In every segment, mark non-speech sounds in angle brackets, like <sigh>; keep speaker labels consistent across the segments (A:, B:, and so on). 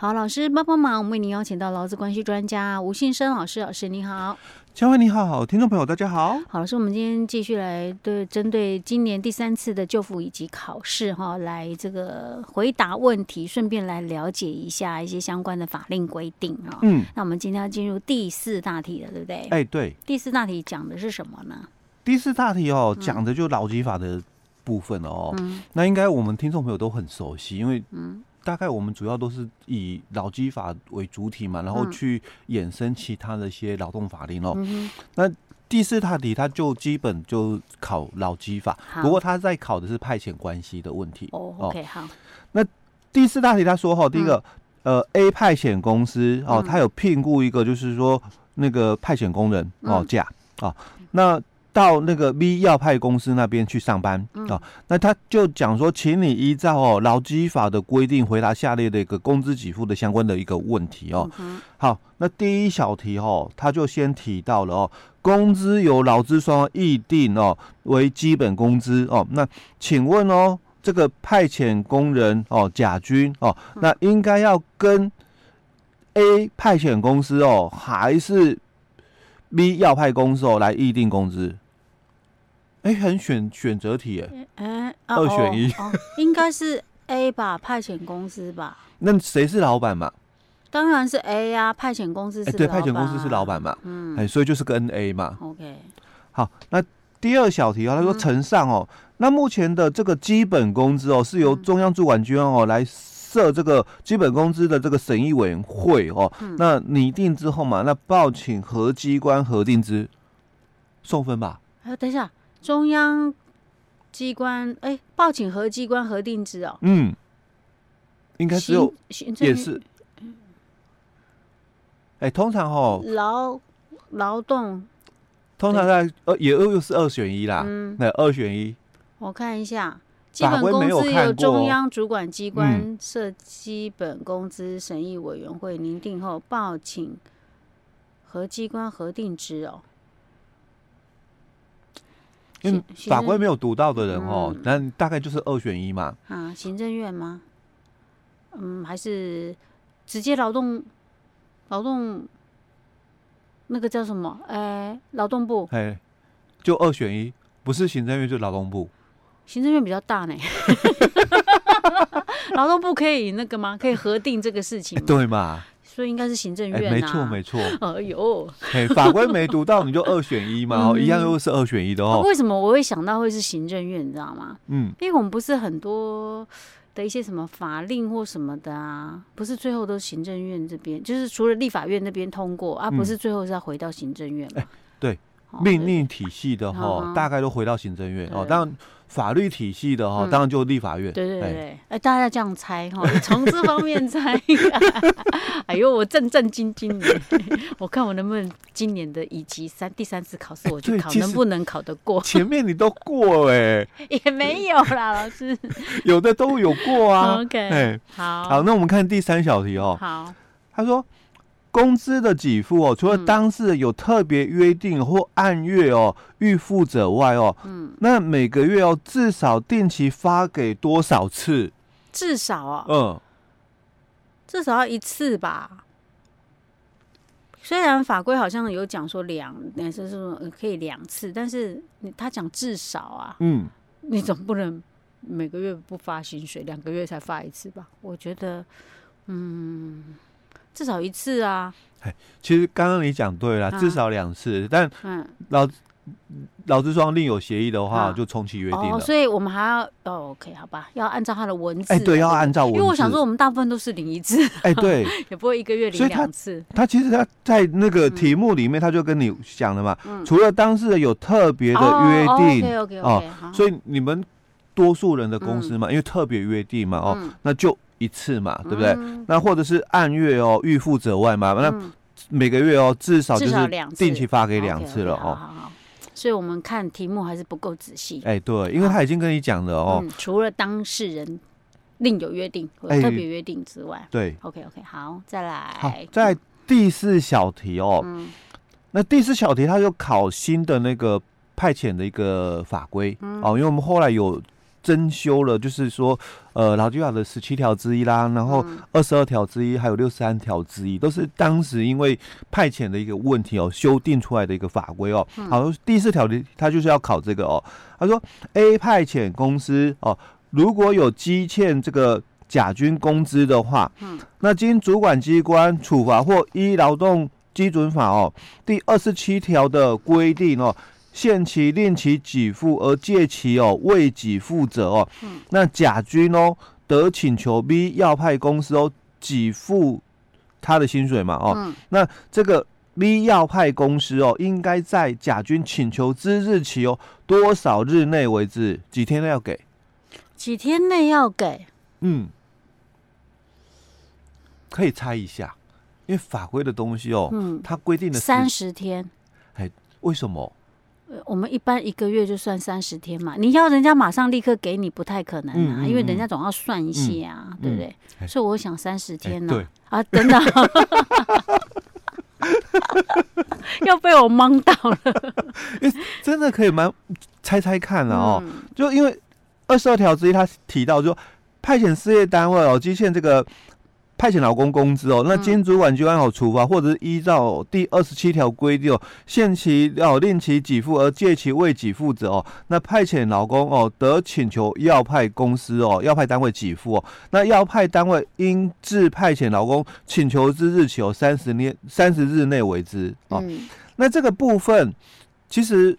A: 好，老师帮帮忙，我们为您邀请到劳资关系专家吴信生老师，老师你好。
B: 嘉惠你好，听众朋友大家好。
A: 好，老师，我们今天继续来对针对今年第三次的就辅以及考试哈，来这个回答问题，顺便来了解一下一些相关的法令规定啊。
B: 嗯，
A: 那我们今天要进入第四大题了，对不对？
B: 哎、对，
A: 第四大题讲的是什么呢？
B: 第四大题哦，讲的就劳基法的部分哦。
A: 嗯
B: 那应该我们听众朋友都很熟悉，因为大概我们主要都是以劳基法为主体嘛，然后
A: 嗯
B: 去衍生其他的一些劳动法令哦。
A: 嗯
B: 第四大题它就基本就考劳基法，
A: 好
B: 不过它在考的是派遣关系的问题
A: 哼，。哦，OK，好，
B: 第四大题他说哈，第一个、呃 A 派遣公司哦，
A: 嗯
B: 他有聘雇一个就是说那个派遣工人哦
A: 嗯
B: 假啊、哦，那到那个 B 要派公司那边去上班
A: 嗯
B: 啊、哦，那他就讲说，请你依照哦劳基法的规定回答下列的一个工资给付的相关的一个问题哦。
A: 嗯
B: 好，那第一小题哦，他就先提到了哦，工资由劳资双方议定哦为基本工资哦。那请问哦，这个派遣工人哦甲军哦，
A: 嗯
B: 那应该要跟 A 派遣公司哦，还是 B 要派公司哦来议定工资？哎，很选选择题哎，
A: 哼哎，啊
B: 二选一
A: 哦，哦应该是 A 吧，派遣公司吧。
B: 那谁是老板嘛？
A: 当然是 A 呀、派遣公司是、
B: 哎，对，派遣公司是老。板嘛？
A: 嗯
B: 哎，所以就是跟 A 嘛。
A: ，OK，
B: 好，那第二小题哦，他说
A: 嗯
B: 呈上哦，那目前的这个基本工资哦，是由
A: 嗯
B: 中央主管机关哦来设这个基本工资的这个审议委员会哦，
A: 嗯
B: 那拟定之后嘛，那报请核机关核定之，送分吧。
A: 还有等一下，中央机关哎、报请核机关核定制哦，
B: 嗯，应该只有
A: 行行嗯政
B: 也是，哎，通常哦，
A: 劳劳动，
B: 通常在呃也又又是二选一啦，
A: 嗯，
B: 那二选一，
A: 我看一下。基
B: 法
A: 本
B: 规
A: 工
B: 没有
A: 资
B: 看
A: 由中
B: 过
A: 央主管机关设基本工资审议委员会拟定后，报请核机关核定之哦。
B: 因为
A: 行行
B: 法
A: 政
B: 规没有读到的人哦
A: 嗯，
B: 那大概就是二选一嘛。
A: 啊，行政院吗？嗯，还是直接劳动劳动那个叫什么？呃、劳动部
B: 哎，就二选一，不是行政院就劳动部。
A: 行政院比较大呢。 <laughs> 劳动部可以那个吗？可以核定这个事情
B: 哎
A: 吗？
B: 对嘛？
A: 所以应该是行政
B: 哎、
A: 院、啊
B: 没错没错。
A: <laughs> 哎呦，
B: 哎，法规没读到你就二选一嘛，哦，一样
A: 嗯
B: 又是二选一的
A: 啊
B: 哦。
A: 为什么我会想到会是行政院？你知道吗？
B: 嗯，
A: 因为我们不是很多的一些什么法令或什么的啊，不是最后都是行政院这边，就是除了立法院那边通过啊，不
B: 嗯哎
A: 是最后是要回到行政院嘛？
B: 对
A: 哦，
B: 命令体系的哈、
A: 嗯
B: 哦，大概都回到行政院哦。
A: 对
B: 当然，法律体系的哈、哦
A: 嗯，
B: 当然就立法院。
A: 对对对
B: 哎
A: 对，哎、大家这样猜哈，从这方面猜。 <laughs> 哎呦，我正正经经的， <laughs> 我看我能不能今年的以及三第三次考试我去
B: 对
A: 考，
B: 其实
A: 能不能考得过？
B: 前面你都过哎、
A: <laughs> 也没有啦，老师。
B: 有的都有过
A: <laughs>
B: 啊。
A: 哦 OK，、
B: 哎，好，
A: 好，
B: 那我们看第三小题哦。
A: 好，
B: 他说，工资的给付哦，除了
A: 嗯
B: 当事人有特别约定或按月哦预付者外哦，
A: 嗯，
B: 那每个月哦至少定期发给多少次？
A: 至少哦，
B: 嗯，
A: 至少要一次吧。虽然法规好像有讲说两，呃就是说呃可以两次，但是你他讲至少啊，
B: 嗯，
A: 你总不能每个月不发薪水，两个月才发一次吧？我觉得，嗯，至少一次啊，
B: 其实刚刚你讲对了，
A: 啊
B: 至少两次，但
A: 嗯，
B: 劳资双另有协议的话，
A: 啊
B: 就重启约定
A: 哦，
B: 了。
A: 所以我们还要哦，OK，好吧，要按照他的文字，啊
B: 哎，对，要按照
A: 因为
B: 文字。
A: 我想说，我们大部分都是领一次， <laughs>
B: 哎，对
A: 也不会一个月领
B: 所以他
A: 两次，
B: 他其实他在那
A: 嗯
B: 个题目里面，他就跟你讲了嘛，除了当事人有特别的约定，
A: o k 嗯哦 OK
B: 哦
A: OK，好，
B: 所以你们多数人的公司嘛，因为特别约定嘛，哦，
A: 嗯，
B: 那就一次嘛，对不对？
A: 嗯
B: 那或者是按月哦，预付者外嘛，那
A: 嗯
B: 每个月哦，至少就
A: 至少
B: 是
A: 两次，
B: 定期发给两次了
A: OK，OK，好
B: 哦。
A: 好好，所以我们看题目还是不够仔细。
B: 哎，对，因为他已经跟你讲了哦，
A: 嗯，除了当事人另有约定或
B: 哎
A: 特别约定之外
B: 对，
A: ，OK OK，好，再来。
B: 好，在第四小题哦，
A: 哎嗯
B: 那第四小题
A: 嗯
B: 它就考新的那个派遣的一个法规哦，因为我们后来有。增修了，就是说，呃，劳基法的十七条之一啦，然后
A: 嗯
B: 二十二条之一，还有六十三条之一，都是当时因为派遣的一个问题哦，修订出来的一个法规哦。好，第四条的他就是要考这个哦，他说 A 派遣公司哦，如果有积欠这个甲军工资的话，嗯，那经主管机关处罚或依劳动基准法哦第二十七条的规定哦，限期令其给付而借其哦未给付者哦，那甲军哦得请求 B 要派公司哦给付他的薪水嘛哦，
A: 嗯
B: 那这个 B 要派公司哦应该在甲军请求之日起哦多少日内为止，几天内要给，
A: 几天内要给，
B: 嗯，可以猜一下，因为法规的东西哦，
A: 嗯，
B: 它规定的时
A: 三十天。
B: 为什么？
A: 呃我们一般一个月就算三十天嘛，你要人家马上立刻给你不太可能啊，
B: 嗯嗯
A: 因为人家总要算一下啊，对不对？
B: 哎
A: 所以我想三十天呢、
B: 对
A: 啊，等
B: <laughs>
A: <laughs> 等，要被我蒙到了
B: 真的可以蛮猜猜看了哦，
A: 嗯
B: 就因为二十二条之一，他提到就派遣事业单位哦，基欠这个派遣劳工工资哦，那经主管机关哦处罚，或者是依照第二十七条规定哦，限期哦令其给付而借其未给付者哦，那派遣劳工哦得请求要派公司哦要派单位给付哦，那要派单位应自派遣劳工请求之日起哦三十年三十日内为之哦，
A: 嗯
B: 那这个部分，其实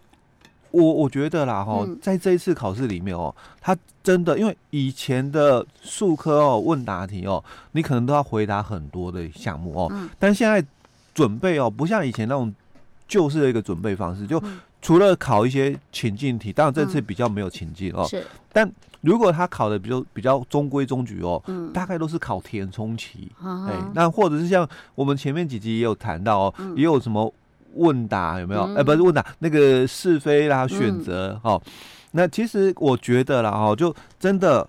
B: 我我觉得啦，哈、
A: 嗯
B: 在这一次考试里面哦，他真的因为以前的数科哦问答题哦，你可能都要回答很多的项目哦，
A: 嗯
B: 但现在准备哦，不像以前那种旧式的一个准备方式，就
A: 嗯
B: 除了考一些情境题，当然这次比较没有情境哦，
A: 是
B: 如果他考的比较比较中规中矩哦，
A: 嗯
B: 大概都是考填充题。
A: 啊
B: 哎、那或者是像我们前面几集也有谈到哦，也有什么问答有没有？哎、
A: 嗯
B: 不是问答，那个是非啦、选
A: 嗯
B: 择、哦。那其实我觉得啦，哦，就真的，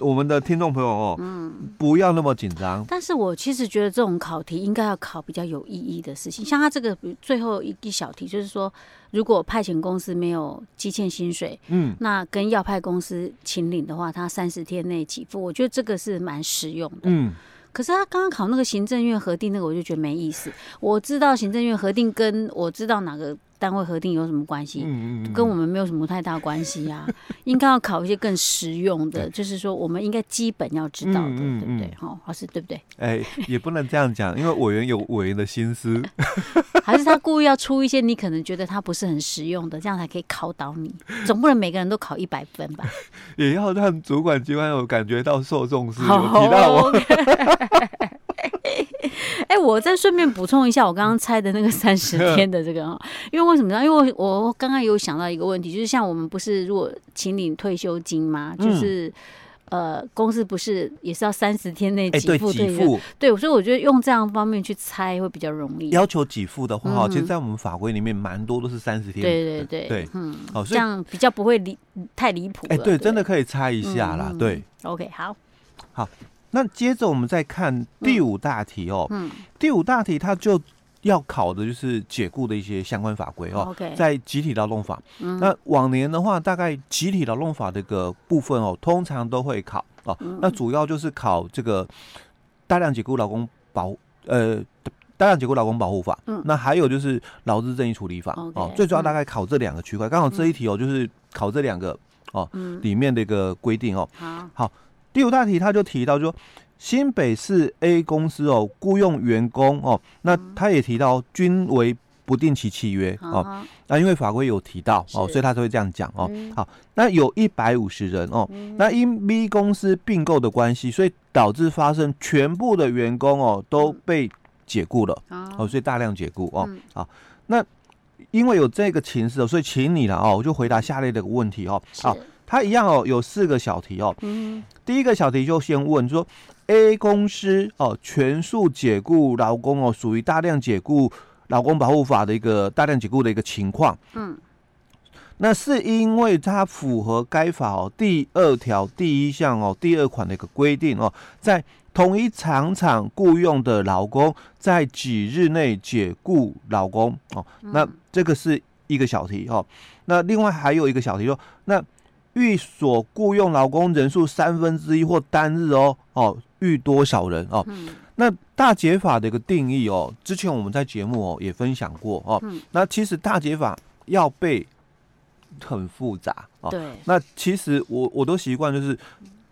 B: 我们的听众朋友哦，
A: 嗯
B: 不要那么紧张。
A: 但是我其实觉得这种考题应该要考比较有意义的事情，像他这个最后一一小题，就是说，如果派遣公司没有积欠薪水，
B: 嗯，
A: 那跟要派公司请领的话，他三十天内给付，我觉得这个是蛮实用的。
B: 嗯，
A: 可是他刚刚考那个行政院核定那个，我就觉得没意思。我知道行政院核定跟我知道哪个单位核定有什么关系，
B: 嗯嗯
A: 跟我们没有什么太大关系啊。应该要考一些更实用的，就是说我们应该基本要知道的，
B: 嗯嗯
A: 对不对
B: 嗯？
A: 哈、老师对不对？
B: 哎、也不能这样讲，因为委员有委员的心思。
A: 还是他故意要出一些你可能觉得他不是很实用的，这样才可以考倒你。总不能每个人都考一百分
B: <laughs>
A: 吧？
B: 也要让主管机关有感觉到受重视，有提到哦我，
A: OK <laughs> 哎、我再顺便补充一下，我刚刚猜的那个三十
B: 嗯
A: 天的这个哈，因为为什么呢？因为我我刚刚有想到一个问题，就是像我们不是如果请领退休金吗？
B: 嗯
A: 就是。呃，公司不是也是要三十天内
B: <laughs>
A: 给
B: 哎、对，
A: 付
B: 给
A: 退休？
B: 付
A: 对，所以我觉得用这样方面去猜会比较容易。
B: 要求给付的话哦，
A: 嗯
B: 其实，
A: 哼
B: 在我们法规里面蛮多都是三十天。
A: 对对对
B: 对
A: 嗯，
B: 哦，
A: 这
B: 所以
A: 样比较不会离太离谱了。
B: 哎、对，真的可以猜一下啦。
A: 嗯嗯
B: 对，
A: OK，好，
B: 那接着我们再看第五大题哦。
A: 嗯
B: 第五大题它就要考的就是解雇的一些相关法规哦。
A: ，OK，
B: 在集体劳动法，
A: 哎嗯
B: 那往年的话，大概集体劳动法这个部分哦，通常都会考哦。
A: 嗯
B: 那主要就是考这个大量解雇劳工保呃大量解雇劳工保护法，
A: 嗯
B: 那还有就是劳资争议处理法
A: OK，
B: 哦。最主要
A: 嗯
B: 大概考这两个区块，刚好这一题哦，就是考这两个哦
A: 嗯，
B: 里面的一个规定哦。
A: 好，
B: 第五大题他就提到就说，新北市 A 公司哦雇佣员工哦，那
A: 嗯
B: 他也提到均为不定期契约哦，
A: 好，
B: 那因为法规有提到哦，
A: 是
B: 所以他才会这样讲哦。
A: 嗯
B: 好，那有一百五十人哦，那因 B 公司并购的关系，所以导致发生全部的员工哦都被解雇了。
A: 好
B: 哦，，所以大量解雇哦。
A: 嗯
B: 好，那因为有这个情势哦，所以请你了哦，我就回答下列的问题哦。好，
A: 是，
B: 它一样哦，有四个小题哦。
A: 嗯，
B: 第一个小题就先问说，A 公司哦全数解雇劳工哦，属于大量解雇劳工保护法的一个大量解雇的一个情况。
A: 嗯，
B: 那是因为它符合该法哦第二条第一项哦第二款的一个规定哦，在同一厂厂雇佣的劳工在几日内解雇劳工
A: 嗯
B: 哦，那这个是一个小题哦。那另外还有一个小题说，那寓所雇佣劳工人数三分之一或单日哦哦逾多少人哦。
A: 嗯
B: 那大解法的一个定义哦，之前我们在节目哦也分享过哦。
A: 嗯
B: 那其实大解法要被很复杂哦。
A: 对，
B: 那其实我我都习惯就是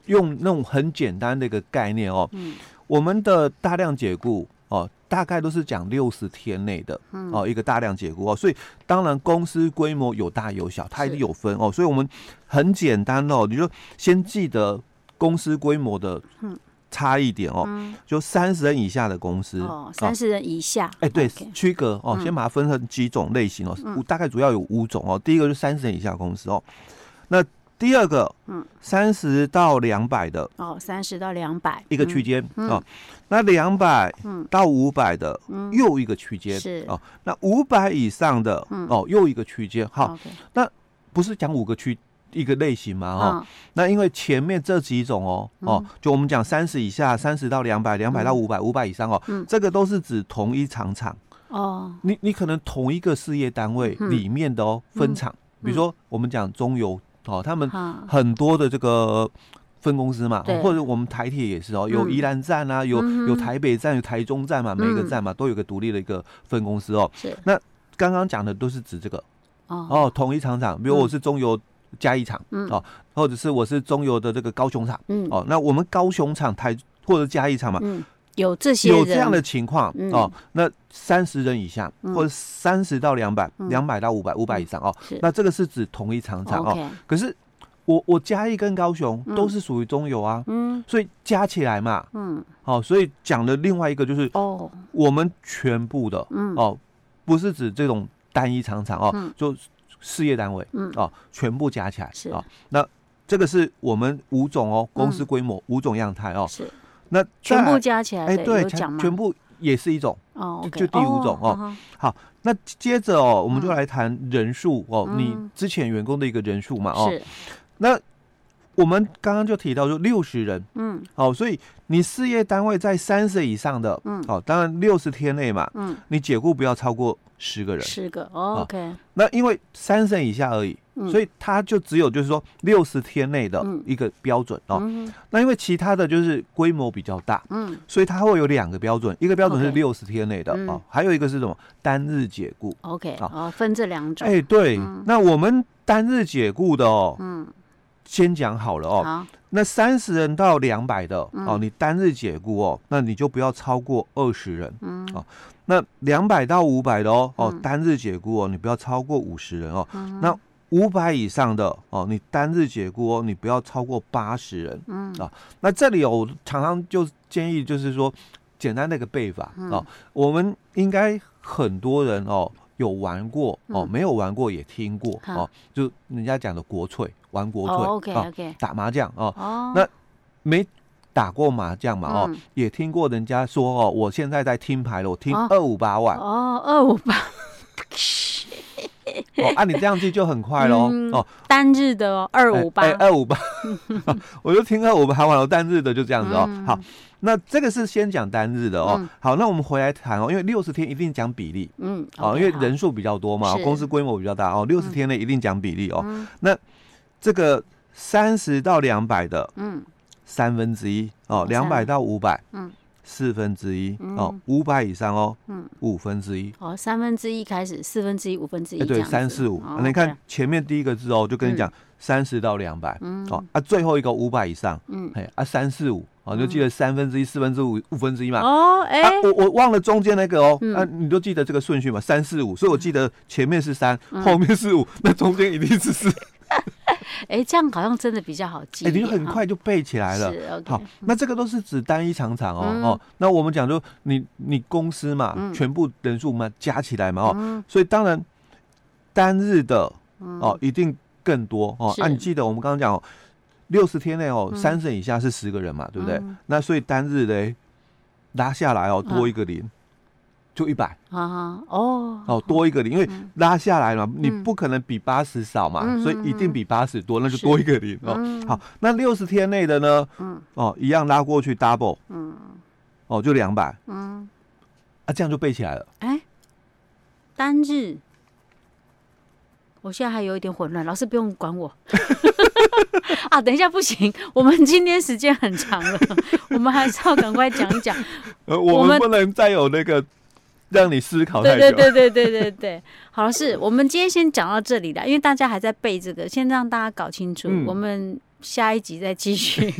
B: 用那种很简单的一个概念哦，
A: 嗯
B: 我们的大量解雇哦，大概都是讲六十天内的
A: 嗯
B: 哦，一个大量解雇哦，所以当然公司规模有大有小，它一定
A: 是
B: 有分哦，所以我们很简单哦，你就先记得公司规模的
A: 嗯
B: 差异点哦，
A: 嗯
B: 就三十人以下的公司
A: 哦，三十人以下，
B: 哎，对
A: OK，，嗯
B: 区隔哦，先把它分成几种类型哦，五大概主要有五种哦。第一个就是三十人以下的公司哦，那第二个，
A: 嗯，
B: 三十到两百的
A: 哦，三十到两百
B: 一个区，间哦，那两百
A: 嗯
B: 到五百的
A: 嗯，
B: 又一个区间
A: 是
B: 哦，那五百以上的
A: 嗯
B: 哦又一个区间。好，
A: o k
B: 不是讲五个区一个类型嘛哈，
A: 哦，
B: 那因为前面这几种哦
A: 嗯
B: 哦，就我们讲三十以下，三十到两百，两百到五百，五百以上哦
A: 嗯，
B: 这个都是指同一厂厂。
A: 哦，
B: 你你可能同一个事业单位
A: 嗯
B: 里面的哦、分厂，
A: 嗯
B: 比如说我们讲中油哦，他们
A: 好，
B: 很多的这个分公司嘛，哦
A: 对
B: 或者我们台铁也是哦，
A: 嗯
B: 有宜兰站啊，有
A: 嗯哼
B: 有台北站，有台中站嘛，每一个
A: 嗯
B: 站嘛都有个独立的一个分公司哦。
A: 是
B: 刚刚讲的都是指这个
A: 哦，
B: 哦，同一厂厂，比如
A: 嗯
B: 我是中油嘉义厂，
A: 嗯
B: 哦，或者是我是中油的这个高雄厂
A: 嗯
B: 哦，那我们高雄厂台或者嘉义厂嘛，
A: 嗯，有这些
B: 有这样的
A: 人
B: 情况、
A: 嗯
B: 哦，那三十人以下，
A: 嗯
B: 或者三十到两百、
A: 嗯
B: 两百到五百、五百以上哦
A: 是，
B: 那这个是指同一厂厂哦。
A: OK，
B: 可是我我嘉义跟高雄
A: 嗯
B: 都是属于中油啊，
A: 嗯
B: 所以加起来嘛，
A: 嗯，
B: 哦，所以讲的另外一个就是
A: 哦，
B: 我们全部的
A: 嗯
B: 哦，不是指这种单一厂厂哦，
A: 嗯
B: 就事业单位
A: 嗯
B: 哦，全部加起来
A: 是嗯
B: 哦，那。这个是我们五种哦，公司规模、五种样态哦。
A: 是
B: 那再
A: 全
B: 来
A: 部加起来，
B: 哎，对，
A: 有
B: 全
A: 讲吗？
B: 全部也是一种。
A: 哦，OK，
B: 就第五种哦，
A: 哈
B: 那接着哦，我们
A: 嗯
B: 就来谈人数哦，
A: 嗯
B: 你之前员工的一个人数嘛
A: 哈
B: 哦。
A: 是，
B: 那我们刚刚就提到说六十人
A: 嗯
B: 哦，所以你事业单位在三十以上的，
A: 嗯
B: 哦，当然六十天内嘛，
A: 嗯，
B: 你解雇不要超过十个人。
A: 十个哦，OK，
B: 那因为三十以下而已，
A: 嗯
B: 所以它就只有就是说六十天内的
A: 嗯
B: 一个标准哦。
A: 嗯
B: 那因为其他的就是规模比较大，
A: 嗯，
B: 所以它会有两个标准，一个标准是
A: OK
B: 六十天内的
A: 嗯
B: 哦，还有一个是什么单日解雇。
A: OK，
B: 好
A: 哦，分这两种，
B: 哎、对，
A: 嗯
B: 那我们单日解雇的哦，
A: 嗯，
B: 先讲好了哦。
A: 好，
B: 那三十人到两百的、哦，
A: 嗯
B: 你单日解雇哦，那你就不要超过二十人。
A: 嗯
B: 好那两百到五百的哦，哦
A: 嗯，
B: 单日解雇哦，你不要超过五十人哦。
A: 嗯
B: 那五百以上的哦，你单日解雇哦，你不要超过八十人。
A: 嗯
B: 啊那这里哦，常常就建议就是说，简单的一个背法、
A: 嗯
B: 哦，我们应该很多人哦有玩过哦，
A: 嗯
B: 没有玩过也听过
A: 好
B: 哦，就人家讲的国粹，玩国粹、
A: 哦，OK
B: 啊，
A: OK，
B: 打麻将哦，
A: 哦，
B: 那没。打过麻将嘛？哦，
A: 嗯
B: 也听过人家说哦，我现在在听牌了，我听
A: 哦
B: 二五八万哦
A: 哦，二五八
B: 按哦啊你这样记就很快喽、
A: <laughs> 嗯
B: 哦，
A: 单日的哦，二五八
B: 哎，二五八， <laughs> 我就听二五八完了，单日的就这样子哦。
A: 嗯
B: 好，那这个是先讲单日的哦。
A: 嗯
B: 好，那我们回来谈哦，因为六十天一定讲比例
A: 嗯，
B: 哦，
A: OK，
B: 因为
A: 好
B: 人数比较多嘛，
A: 是
B: 公司规模比较大哦，六十天内一定讲比例哦。
A: 嗯
B: 这个三十到两百的
A: 嗯
B: 三分之一哦，两百
A: 三
B: 到五百，
A: 嗯，
B: 四分之一哦
A: 嗯，
B: 五百以上哦，
A: 嗯，
B: 五分之一。
A: 哦，三分之一开始，四分之一、五分之一
B: 哎，
A: 这
B: 对，
A: 样子，
B: 三四五，
A: 哦
B: 那你看
A: OK，
B: 前面第一个字哦，就跟你讲三十到两百，
A: 嗯，
B: 哦啊，最后一个五百以上，
A: 嗯，
B: 哎啊，三四五啊，你就记得三分之一、四分之五、五分之一嘛。
A: 哦，哎
B: 啊，，我我忘了中间那个哦，
A: 嗯
B: 啊，你都记得这个顺序嘛，三四五，所以我记得前面是三，
A: 嗯
B: 后面是五，那中间一定是四，
A: 哎，这样好像真的比较好记
B: 哎，
A: 一
B: 你
A: 点
B: 就
A: 哈，
B: 很快就背起来了。
A: 是 OK，
B: 好，那这个都是指单一场场哦
A: 嗯
B: 哦，那我们讲就你你公司嘛
A: 嗯，
B: 全部人数嘛加起来嘛哦，
A: 嗯
B: 所以当然单日的哦一定更多哦。
A: 是
B: 那你记得我们刚刚讲哦，六十天内哦，
A: 嗯
B: 三十以下是十个人嘛，对不对
A: 嗯？
B: 那所以单日嘞拉下来哦，
A: 嗯
B: 多一个零。就一百
A: 啊，哦，
B: 哦，多一个零，因为
A: 嗯
B: 拉下来嘛，你
A: 嗯
B: 不可能比八十少嘛，
A: 嗯
B: 所以一定比八十多，那就是多一个零哦。
A: 嗯
B: 好，那六十天内的呢？
A: 嗯
B: 哦，一样拉过去 double
A: 嗯
B: 哦，就两百
A: 嗯，哎
B: 啊，这样就背起来了。
A: 哎，单日我现在还有一点混乱，老师不用管
B: <laughs>
A: 我。啊，等一下不行，我们今天时间很长了，我们还是要赶快讲一讲。
B: 呃，
A: 我
B: 我们
A: 们
B: 不能再有那个让你思考太
A: 对
B: 久。
A: 对对对对对对，好了，是我们今天先讲到这里啦，因为大家还在背这个，先让大家搞清楚，
B: 嗯
A: 我们下一集再继续。